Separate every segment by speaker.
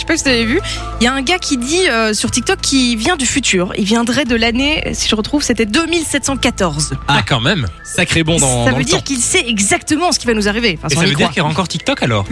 Speaker 1: sais pas si vous avez vu. Il y a un gars qui dit euh, sur TikTok qu'il vient du futur. Il viendrait de l'année, si je retrouve, c'était 2714.
Speaker 2: Ah, quand même. Sacré bon dans,
Speaker 1: ça
Speaker 2: dans
Speaker 1: veut
Speaker 2: le
Speaker 1: dire
Speaker 2: temps.
Speaker 1: qu'il sait exactement ce qui va nous arriver. Enfin,
Speaker 2: Et
Speaker 1: sans
Speaker 2: ça
Speaker 1: y
Speaker 2: veut dire
Speaker 1: croire.
Speaker 2: qu'il y a encore TikTok alors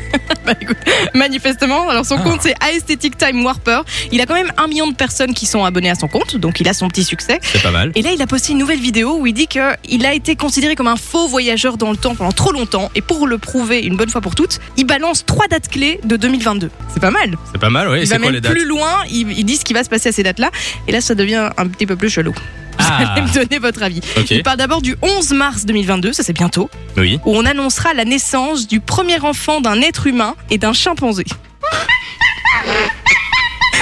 Speaker 1: Bah, écoute, manifestement. Alors son
Speaker 2: Ah.
Speaker 1: compte c'est Aesthetic Time Warper. Il a quand même un million de personnes qui sont abonnées à son compte, donc il a son petit succès.
Speaker 2: C'est pas mal.
Speaker 1: Et là, il a posté une nouvelle vidéo où il dit qu'il a été considéré comme un faux voyageur dans le temps pendant trop longtemps. Et pour le prouver une bonne fois pour toutes, il balance trois dates clés de 2022. C'est pas mal.
Speaker 2: C'est pas mal, oui. Et
Speaker 1: il va
Speaker 2: c'est quoi
Speaker 1: même
Speaker 2: les dates
Speaker 1: plus loin, il, il dit ce qui va se passer à ces dates-là. Et là, ça devient un petit peu plus chelou. Vous
Speaker 2: Ah,
Speaker 1: allez me donner votre avis.
Speaker 2: ok.
Speaker 1: Il parle d'abord du 11 mars 2022, ça c'est bientôt,
Speaker 2: Oui.
Speaker 1: où on annoncera la naissance du premier enfant d'un être humain et d'un chimpanzé.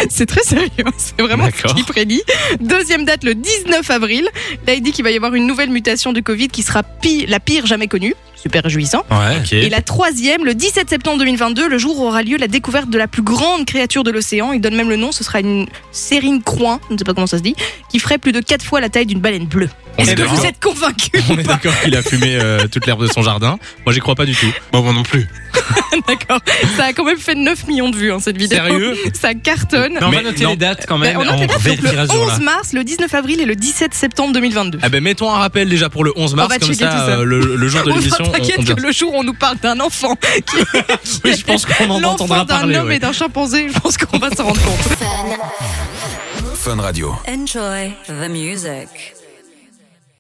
Speaker 1: C'est très sérieux, hein. c'est vraiment ce
Speaker 2: D'accord.
Speaker 1: qu'il prédit. Deuxième date, le 19 avril. Là, il dit qu'il va y avoir une nouvelle mutation du Covid qui sera pi- la pire jamais connue. Super réjouissant.
Speaker 2: Ouais, ok.
Speaker 1: Et la troisième, le 17 septembre 2022, le jour où aura lieu la découverte de la plus grande créature de l'océan. Il donne même le nom, ce sera une sérine croin, je ne sais pas comment ça se dit, qui ferait plus de 4 fois la taille d'une baleine bleue.
Speaker 2: On
Speaker 1: Est-ce
Speaker 2: est
Speaker 1: que vous
Speaker 2: d'accord.
Speaker 1: êtes convaincu
Speaker 2: On est d'accord qu'il a fumé euh, toute l'herbe de son jardin. Moi, j'y crois pas du tout. Moi, moi non plus.
Speaker 1: D'accord. Ça a quand même fait 9 millions de vues, hein, cette vidéo.
Speaker 2: Sérieux
Speaker 1: Ça cartonne.
Speaker 2: Mais Non,
Speaker 3: on va noter les dates quand même.
Speaker 1: Ben, on note les dates, donc
Speaker 3: vérifiera ce
Speaker 1: le
Speaker 3: jour-là.
Speaker 1: 11 mars, le 19 avril et le 17 septembre 2022.
Speaker 2: Ah ben, mettons un rappel déjà pour le 11 mars,
Speaker 1: va
Speaker 2: comme
Speaker 1: checker
Speaker 2: ça,
Speaker 1: tout ça.
Speaker 2: euh, le, le jour de
Speaker 1: On va-
Speaker 2: l'émission.
Speaker 1: T'inquiète
Speaker 2: on- on-
Speaker 1: que le jour où on nous parle d'un enfant,
Speaker 2: Oui, je pense qu'on en
Speaker 1: l'enfant
Speaker 2: entendra
Speaker 1: d'un
Speaker 2: parler.
Speaker 1: homme
Speaker 2: ouais.
Speaker 1: et d'un chimpanzé, je pense qu'on va s'en rendre compte.
Speaker 4: Fun Radio.
Speaker 5: Enjoy the music.